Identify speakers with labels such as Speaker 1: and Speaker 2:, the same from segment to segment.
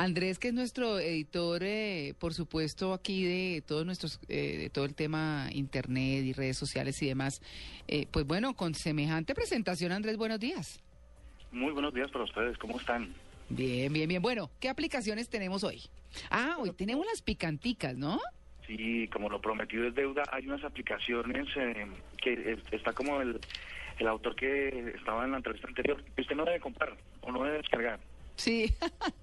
Speaker 1: Andrés, que es nuestro editor, eh, por supuesto, aquí de todos nuestros, eh, de todo el tema internet y redes sociales y demás. Eh, pues bueno, con semejante presentación, Andrés, buenos días.
Speaker 2: Muy buenos días para ustedes, ¿cómo están?
Speaker 1: Bien, bien, bien. Bueno, ¿qué aplicaciones tenemos hoy? Ah, hoy tenemos las picanticas, ¿no?
Speaker 2: Sí, como lo prometido es deuda, hay unas aplicaciones eh, que eh, está como el, el autor que estaba en la entrevista anterior. Usted no debe comprar o no debe descargar.
Speaker 1: Sí.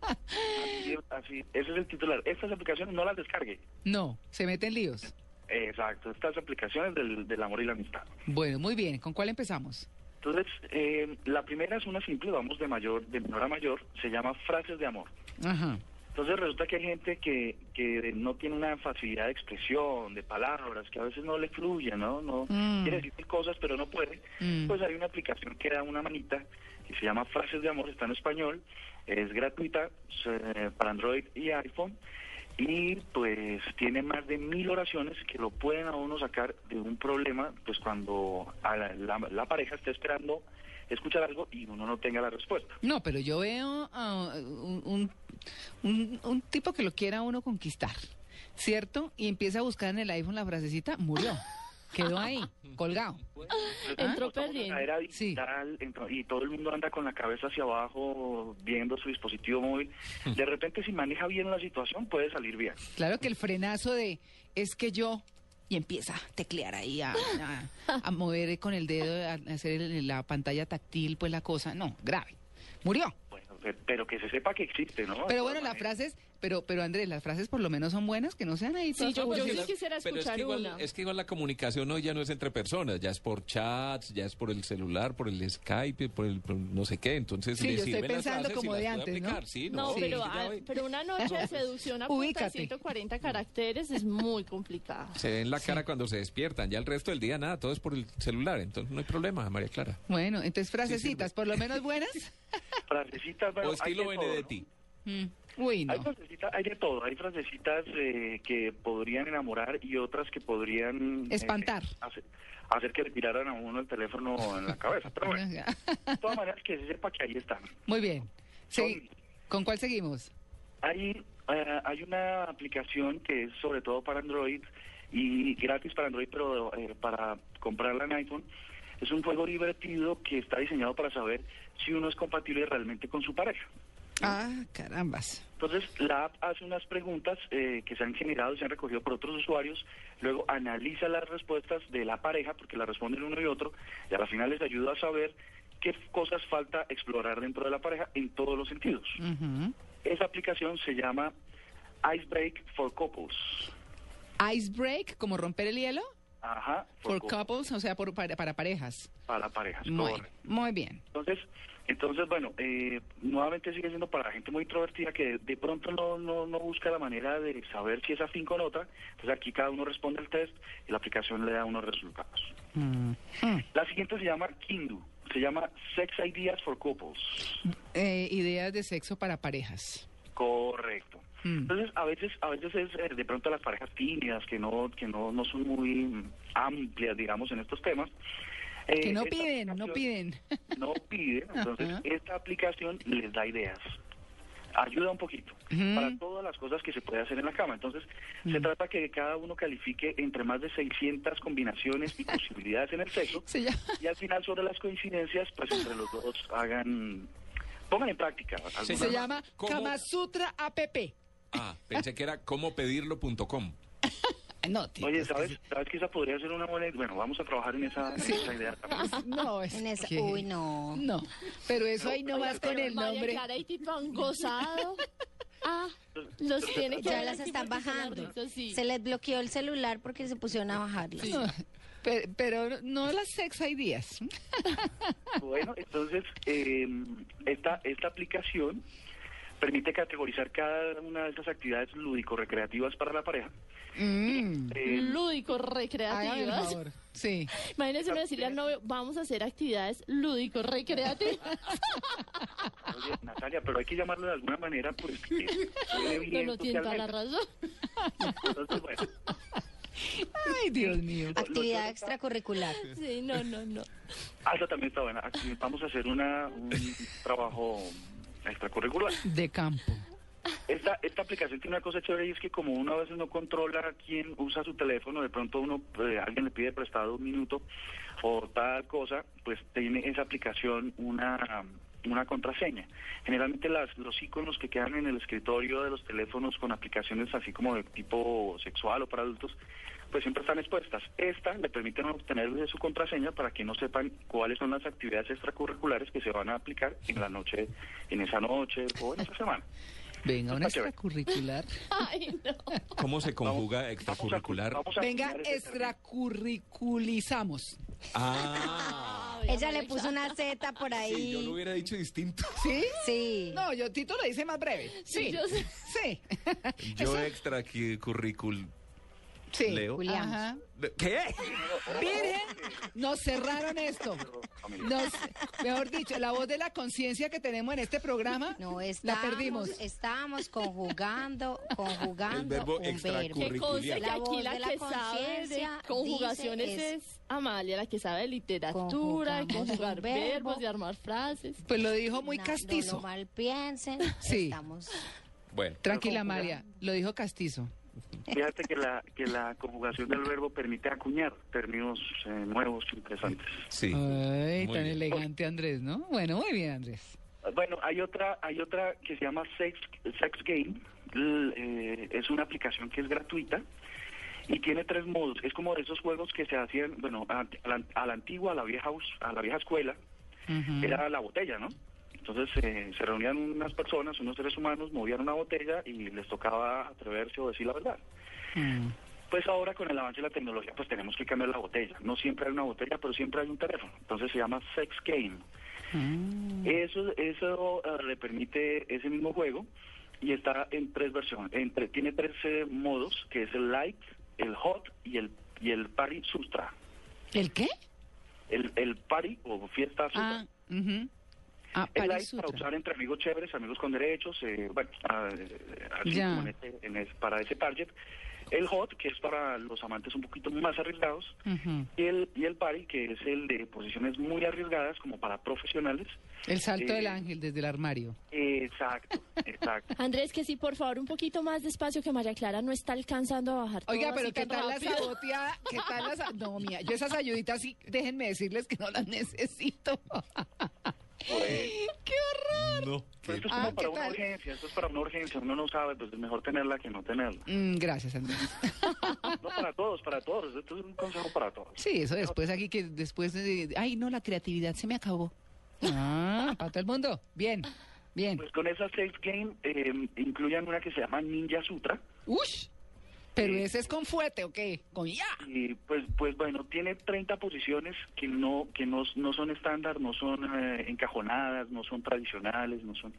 Speaker 2: Así, así, ese es el titular. Estas aplicaciones no las descargue.
Speaker 1: no, se meten líos.
Speaker 2: Exacto, estas aplicaciones del, del amor y la amistad.
Speaker 1: Bueno, muy bien. ¿Con cuál empezamos?
Speaker 2: Entonces, eh, la primera es una simple, vamos de mayor, de menor a mayor, se llama frases de amor.
Speaker 1: Ajá.
Speaker 2: Entonces resulta que hay gente que, que no tiene una facilidad de expresión, de palabras, que a veces no le fluye, ¿no? no
Speaker 1: Mm.
Speaker 2: Quiere decir cosas, pero no puede.
Speaker 1: Mm.
Speaker 2: Pues hay una aplicación que da una manita, que se llama Frases de Amor, está en español, es gratuita se- para Android y iPhone, y pues tiene más de mil oraciones que lo pueden a uno sacar de un problema, pues cuando a la, la- la pareja esté esperando escuchar algo y uno no tenga la respuesta.
Speaker 1: No, pero yo veo a un, un- un- un tipo que lo quiera uno conquistar, ¿cierto? Y empieza a buscar en el iPhone la frasecita, murió. Quedó ahí, colgado.
Speaker 3: Entró
Speaker 2: Estamos en
Speaker 3: perdiendo.
Speaker 2: la era
Speaker 1: Sí.
Speaker 2: digital entro- y todo el mundo anda con la cabeza hacia abajo viendo su dispositivo móvil. De repente, si maneja bien la situación, puede salir bien.
Speaker 1: Claro que el frenazo de es que yo y empieza a teclear ahí, a, a- a mover con el dedo, a hacer el- la pantalla táctil, pues la cosa. No, grave. Murió.
Speaker 2: Bueno, pe- pero que se sepa que existe, ¿no? De
Speaker 1: Pero
Speaker 2: todas
Speaker 1: bueno, las
Speaker 2: maneras.
Speaker 1: frases, pero, pero Andrés, las frases por lo menos son buenas, que no sean ahí
Speaker 3: Sí,
Speaker 1: todas
Speaker 3: yo- yo
Speaker 1: aburridas.
Speaker 3: sí quisiera
Speaker 4: pero es
Speaker 3: escuchar
Speaker 4: que igual,
Speaker 3: una.
Speaker 4: Es que igual la comunicación hoy ya no es entre personas, ya es por chats, ya es por el celular, por el Skype, por el por no sé qué. Entonces,
Speaker 1: Sí,
Speaker 4: le
Speaker 1: yo estoy
Speaker 4: sirven las
Speaker 1: pensando
Speaker 4: frases y
Speaker 1: como
Speaker 4: las
Speaker 1: de
Speaker 4: puede
Speaker 1: antes, ¿no?
Speaker 4: aplicar. Sí,
Speaker 3: No,
Speaker 4: sí,
Speaker 3: pero,
Speaker 4: ya
Speaker 3: ah,
Speaker 4: hoy
Speaker 3: pero una noche de seducción a punta de
Speaker 1: Ubícate.
Speaker 3: 140 caracteres es muy complicada.
Speaker 4: Se ven la cara cuando se despiertan, ya el resto del día nada, todo es por el celular, entonces no hay problema, María Clara.
Speaker 1: Bueno, entonces frasecitas por lo menos buenas.
Speaker 2: Frasecitas, bueno,
Speaker 4: o
Speaker 2: hay
Speaker 4: estilo
Speaker 2: de todo,
Speaker 4: Benedetti.
Speaker 2: ¿no?
Speaker 1: Mm, Uy,
Speaker 2: Hay
Speaker 1: no.
Speaker 2: frasecitas, hay de todo. Hay frasecitas eh, que podrían enamorar y otras que podrían... eh,
Speaker 1: Espantar.
Speaker 2: hacer, hacer que le tiraran a uno el teléfono en la cabeza. Pero bueno, de todas maneras, que se sepa que ahí están.
Speaker 1: Muy bien. Sí.
Speaker 2: Son-
Speaker 1: ¿Con cuál seguimos?
Speaker 2: Hay, eh, hay una aplicación que es sobre todo para Android y gratis para Android, pero eh, para comprarla en iPhone. Es un juego divertido que está diseñado para saber si uno es compatible realmente con su pareja.
Speaker 1: Ah, carambas.
Speaker 2: Entonces, la app hace unas preguntas eh, que se han generado y se han recogido por otros usuarios, luego analiza las respuestas de la pareja, porque las responden uno y otro, y a la final les ayuda a saber qué cosas falta explorar dentro de la pareja en todos los sentidos.
Speaker 1: Ujú.
Speaker 2: Esa aplicación se llama Icebreak for Couples.
Speaker 1: Ice break, como romper el hielo.
Speaker 2: Ajá,
Speaker 1: For
Speaker 2: cou-
Speaker 1: couples, o sea, por, para, para parejas.
Speaker 2: para parejas.
Speaker 1: Muy,
Speaker 2: correcto.
Speaker 1: muy bien.
Speaker 2: Entonces, entonces bueno, eh, nuevamente sigue siendo para la gente muy introvertida que de, de pronto no, no, no busca la manera de saber si es afín con otra. Entonces aquí cada uno responde el test y la aplicación le da unos resultados.
Speaker 1: Mm.
Speaker 2: La siguiente se llama Kindu. Se llama Sex Ideas for Couples.
Speaker 1: Eh, ideas de sexo para parejas.
Speaker 2: Correcto.
Speaker 1: Mm.
Speaker 2: Entonces, a veces, a veces es eh, de pronto las parejas tímidas que no, que no, no son muy mm, amplias, digamos, en estos temas. eh,
Speaker 1: que no
Speaker 2: esta
Speaker 1: piden, no
Speaker 2: aplicación-
Speaker 1: piden.
Speaker 2: No piden, entonces
Speaker 1: Ajá.
Speaker 2: esta aplicación les da ideas. Ayuda un poquito
Speaker 1: Ujú. Mm.
Speaker 2: para todas las cosas que se puede hacer en la cama. Entonces, se trata que cada uno califique entre más de 600 combinaciones y posibilidades en el sexo.
Speaker 1: Se llama-
Speaker 2: Y al final, sobre las coincidencias, pues entre los dos hagan, pongan en práctica. alguna-
Speaker 1: se llama
Speaker 4: ¿Cómo?
Speaker 1: Kama Sutra App.
Speaker 4: Ah, pensé que era comopedirlo.com.
Speaker 1: No, tío,
Speaker 2: Oye,
Speaker 1: es que
Speaker 2: ¿sabes, ¿sabes que esa podría ser una buena idea? Bueno, vamos a trabajar en esa, en esa idea también.
Speaker 1: sí. No, es
Speaker 5: En esa-
Speaker 1: que-
Speaker 5: Uy, no.
Speaker 1: No, pero eso ahí no vas con
Speaker 3: Pero
Speaker 1: el
Speaker 3: María
Speaker 1: nombre.
Speaker 3: Clara y Tito han gozado. Ah, los tienen que
Speaker 5: Ya
Speaker 3: ver
Speaker 5: las
Speaker 3: aquí
Speaker 5: están
Speaker 3: porque son
Speaker 5: bajando.
Speaker 3: adultos, sí.
Speaker 5: Se les bloqueó el celular porque se pusieron a bajarlas.
Speaker 1: No, pe- pero, no las sex ideas.
Speaker 2: Bueno, entonces, eh, esta, esta em, aplicación Permite categorizar cada una de estas actividades lúdico-recreativas para la pareja.
Speaker 1: Mm,
Speaker 2: Eh,
Speaker 3: Lúdico
Speaker 1: hágame el
Speaker 3: recreativas.
Speaker 1: favor. Sí.
Speaker 3: Imagínense uno decirle al novio, vamos a hacer actividades lúdico recreativas.
Speaker 2: oye, Natalia, pero hay que llamarlo de alguna manera porque suele
Speaker 3: no,
Speaker 2: bien
Speaker 3: no tiene toda la
Speaker 2: socialmente.
Speaker 3: razón.
Speaker 2: Entonces, bueno,
Speaker 1: Ay, Dios mío.
Speaker 5: Actividad extracurricular.
Speaker 3: Sí, no, no, no.
Speaker 2: ah, esa también está buena. Aquí vamos a hacer una, un trabajo extracurricular.
Speaker 1: De campo.
Speaker 2: Esta, esta aplicación tiene una cosa chévere y es que como uno a veces no controla quién usa su teléfono, de pronto uno eh, alguien le pide prestado un minuto o tal cosa, pues tiene esa aplicación una una contraseña. Generalmente las, los iconos que quedan en el escritorio de los teléfonos con aplicaciones así como de tipo sexual o para adultos, pues siempre están expuestas. Esta le permiten obtener su contraseña para que no sepan cuáles son las actividades extracurriculares que se van a aplicar en la noche, en esa noche o en esa semana.
Speaker 1: Venga, una
Speaker 2: Está chévere.
Speaker 1: extracurricular.
Speaker 3: Ay, no.
Speaker 4: ¿Cómo se conjuga extracurricular?
Speaker 2: Vamos a
Speaker 1: Venga,
Speaker 2: cuidar ese término.
Speaker 1: extracurriculizamos.
Speaker 4: Ah,
Speaker 5: Ella le puso una Z por
Speaker 4: sí, yo lo
Speaker 5: ahí.
Speaker 4: hubiera dicho distinto.
Speaker 1: ¿Sí?
Speaker 5: Sí.
Speaker 1: No, yo Tito lo hice más breve. Sí.
Speaker 3: Yo sé.
Speaker 1: Sí.
Speaker 4: Yo extracurricul...
Speaker 1: Sí.
Speaker 4: Leo.
Speaker 1: Ajá.
Speaker 4: ¿Qué?
Speaker 1: Virgen, nos cerraron esto. Nos, mejor dicho, la voz de la conciencia que tenemos en este programa
Speaker 5: No,
Speaker 1: la
Speaker 5: estábamos,
Speaker 1: perdimos.
Speaker 5: estábamos conjugando, conjugando
Speaker 4: El verbo
Speaker 5: un verbo.
Speaker 3: Que conste que
Speaker 5: La
Speaker 3: aquí
Speaker 5: voz
Speaker 3: la,
Speaker 5: de la
Speaker 3: que sabe de
Speaker 5: conciencia
Speaker 3: conjugaciones
Speaker 5: dice
Speaker 3: es... Amalia, la que sabe de literatura, de
Speaker 5: Conjugamos
Speaker 3: conjugar
Speaker 5: un verbo.
Speaker 3: verbos, de armar frases.
Speaker 1: Pues lo dijo muy
Speaker 5: Na- No
Speaker 1: castizo.
Speaker 5: lo mal piensen.
Speaker 1: Sí.
Speaker 5: Estamos.
Speaker 4: Bueno,
Speaker 1: Tranquila, María, lo dijo castizo.
Speaker 2: Fíjate que la, que la conjugación del verbo permite acuñar términos eh, nuevos, interesantes.
Speaker 4: sí.
Speaker 1: Ay,
Speaker 4: Muy
Speaker 1: tan
Speaker 4: bien.
Speaker 1: elegante Andrés, ¿no? Bueno, muy bien, Andrés.
Speaker 2: Bueno, hay otra, hay otra que se llama Sex, Sex Game. L- eh, es una aplicación que es gratuita y tiene tres modos. Es como de esos juegos que se hacían, bueno, a, a la, a la antigua, a la vieja, us- a la vieja escuela, era la botella, ¿no? Entonces eh, se reunían unas personas, unos seres humanos, movían una botella y les tocaba atreverse o decir la verdad.
Speaker 1: Mm.
Speaker 2: Pues ahora con el avance de la tecnología, pues tenemos que cambiar la botella. No siempre hay una botella, pero siempre hay un teléfono. Entonces se llama Sex Game.
Speaker 1: Mm.
Speaker 2: Eso, eso eh, le permite ese mismo juego y está en tres versiones. Entre, tiene tres eh, modos, que es el like, el hot y el y el party sustra.
Speaker 1: ¿El qué?
Speaker 2: El, el party o fiesta sustra.
Speaker 1: Ah, ujú. Ah,
Speaker 2: El
Speaker 1: Paris
Speaker 2: like
Speaker 1: Sutra.
Speaker 2: para usar entre amigos chéveres, amigos con derechos, eh, bueno, ah, eh, así
Speaker 1: Ya.
Speaker 2: como en este- en es- para ese target. El hot, que es para los amantes un poquito más arriesgados.
Speaker 1: Ujú.
Speaker 2: Y el, y el party, que es el de posiciones muy arriesgadas, como para profesionales.
Speaker 1: El salto
Speaker 2: Eh,
Speaker 1: del ángel desde el armario.
Speaker 2: Exacto, exacto.
Speaker 3: Andrés, que sí, por favor, un poquito más despacio que María Clara no está alcanzando a bajar. todo
Speaker 1: Oiga,
Speaker 3: así
Speaker 1: pero ¿qué
Speaker 3: tan
Speaker 1: tal la
Speaker 3: rápido.
Speaker 1: saboteada? ¿Qué tal la sa- No, mía, yo esas ayuditas sí, déjenme decirles que no las necesito. ¡Qué horror!
Speaker 4: No.
Speaker 2: Pero
Speaker 4: ¿qué?
Speaker 2: esto es
Speaker 1: Ah,
Speaker 2: como para
Speaker 1: ¿qué
Speaker 2: una
Speaker 1: tal?
Speaker 2: urgencia, esto es para una urgencia. Uno no sabe, pues es mejor tenerla que no tenerla.
Speaker 1: Mm, gracias, Andrés.
Speaker 2: No, para todos, para todos. Esto es un consejo para todos.
Speaker 1: Sí, eso después aquí que después de, ay no, la creatividad se me acabó. Ah, para todo el mundo. Bien, bien.
Speaker 2: Pues con esa safe game eh, incluyan una que se llama Ninja Sutra.
Speaker 1: Ush. Pero ese es con fuete, ¿o qué? Con ya.
Speaker 2: y pues pues bueno tiene 30 posiciones que no que no, no son estándar no son eh, encajonadas no son tradicionales no son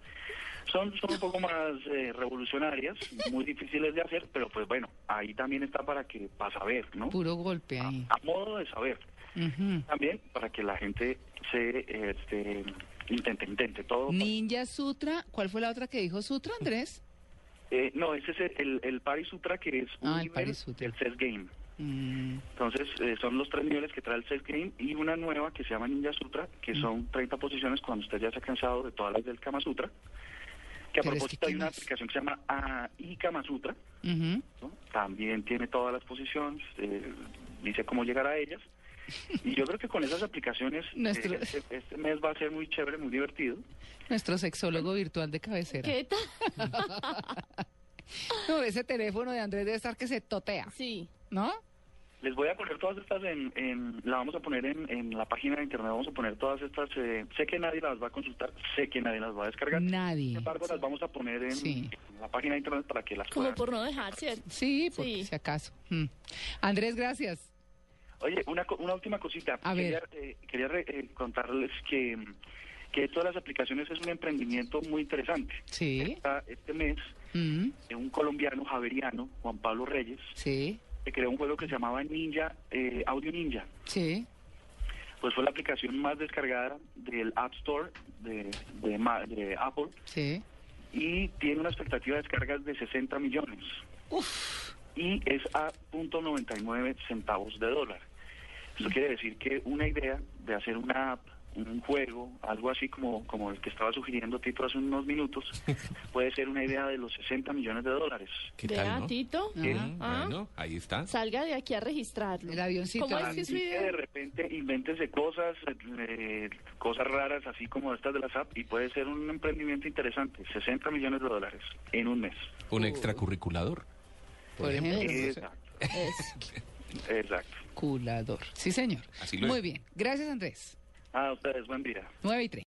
Speaker 2: son son un poco más eh, revolucionarias muy difíciles de hacer pero pues bueno ahí también está para que para saber no
Speaker 1: Puro golpe ahí.
Speaker 2: a modo de saber
Speaker 1: Ujú.
Speaker 2: también para que la gente se eh, este, intente intente todo
Speaker 1: Ninja Sutra, ¿cuál fue la otra que dijo Sutra, Andrés?
Speaker 2: Eh, no ese es el el Pari Sutra que es un
Speaker 1: Ah, el
Speaker 2: nivel
Speaker 1: Pari Sutra.
Speaker 2: del Chess game
Speaker 1: Mm,
Speaker 2: Entonces, eh, son los tres niveles que trae el self game y una nueva que se llama Ninja Sutra, que son 30 posiciones cuando usted ya se ha cansado de todas las del Kama Sutra. Que a
Speaker 1: Pero es
Speaker 2: propósito
Speaker 1: que, ¿qué
Speaker 2: hay una
Speaker 1: más?
Speaker 2: aplicación que se llama AI Kama Sutra,
Speaker 1: ujú.
Speaker 2: ¿no? también tiene todas las posiciones, eh, dice cómo llegar a ellas. Y yo creo que con esas aplicaciones eh,
Speaker 1: Nuestro-
Speaker 2: este, este mes va a ser muy chévere, muy divertido.
Speaker 1: Nuestro sexólogo virtual de cabecera.
Speaker 3: ¿Qué tal?
Speaker 1: No, ese teléfono de Andrés debe estar que se totea,
Speaker 3: Sí.
Speaker 1: ¿no?
Speaker 2: Les voy a poner todas estas en, en- la vamos a poner en, en la página de internet, vamos a poner todas estas, eh, sé que nadie las va a consultar, sé que nadie las va a descargar. Sin
Speaker 1: Nadie.
Speaker 2: embargo, las vamos a poner en,
Speaker 1: Sí.
Speaker 2: en la página de internet para que las
Speaker 3: Como
Speaker 2: puedan.
Speaker 3: por no dejar, ¿cierto?
Speaker 1: Sí, por
Speaker 3: Sí.
Speaker 1: si acaso. Mm. Andrés, gracias.
Speaker 2: Oye, una, co- una última cosita.
Speaker 1: A
Speaker 2: quería
Speaker 1: ver.
Speaker 2: eh, quería re- eh, contarles que, mm, que todas las aplicaciones es un emprendimiento muy interesante.
Speaker 1: Sí.
Speaker 2: Esta- este mes,
Speaker 1: Mm,
Speaker 2: eh, un colombiano javeriano, Juan Pablo Reyes,
Speaker 1: sí.
Speaker 2: que creó un juego que se llamaba Ninja, eh, Audio Ninja.
Speaker 1: Sí.
Speaker 2: Pues fue la aplicación más descargada del App Store de, de ma- de Apple
Speaker 1: Sí.
Speaker 2: y tiene una expectativa de descargas de 60 millones. Y es a 0.99 centavos de dólar.
Speaker 3: Mm.
Speaker 2: Esto quiere decir que una idea de hacer una app, un juego, algo así como, como el que estaba sugiriendo Tito hace unos minutos, puede ser una idea de los 60 millones de dólares.
Speaker 4: ¿Qué
Speaker 3: Vea,
Speaker 4: tal, no?
Speaker 3: Tito,
Speaker 4: Ah,
Speaker 3: Ah.
Speaker 4: Bueno, ahí está.
Speaker 3: salga de aquí a registrarlo.
Speaker 1: El avioncito.
Speaker 3: ¿Cómo es
Speaker 1: Así
Speaker 3: que es su
Speaker 2: Así que de
Speaker 3: idea?
Speaker 2: repente invéntese cosas, eh, cosas raras, así como estas de las app, y puede ser un emprendimiento interesante. 60 millones de dólares en un mes.
Speaker 4: Un extracurriculador.
Speaker 1: Por ejemplo.
Speaker 2: Exacto. Exacto.
Speaker 1: Culador. Sí, señor.
Speaker 4: Así lo es.
Speaker 1: Muy bien. Gracias, Andrés.
Speaker 2: Ah, ustedes, buen día.
Speaker 1: 9 y 3.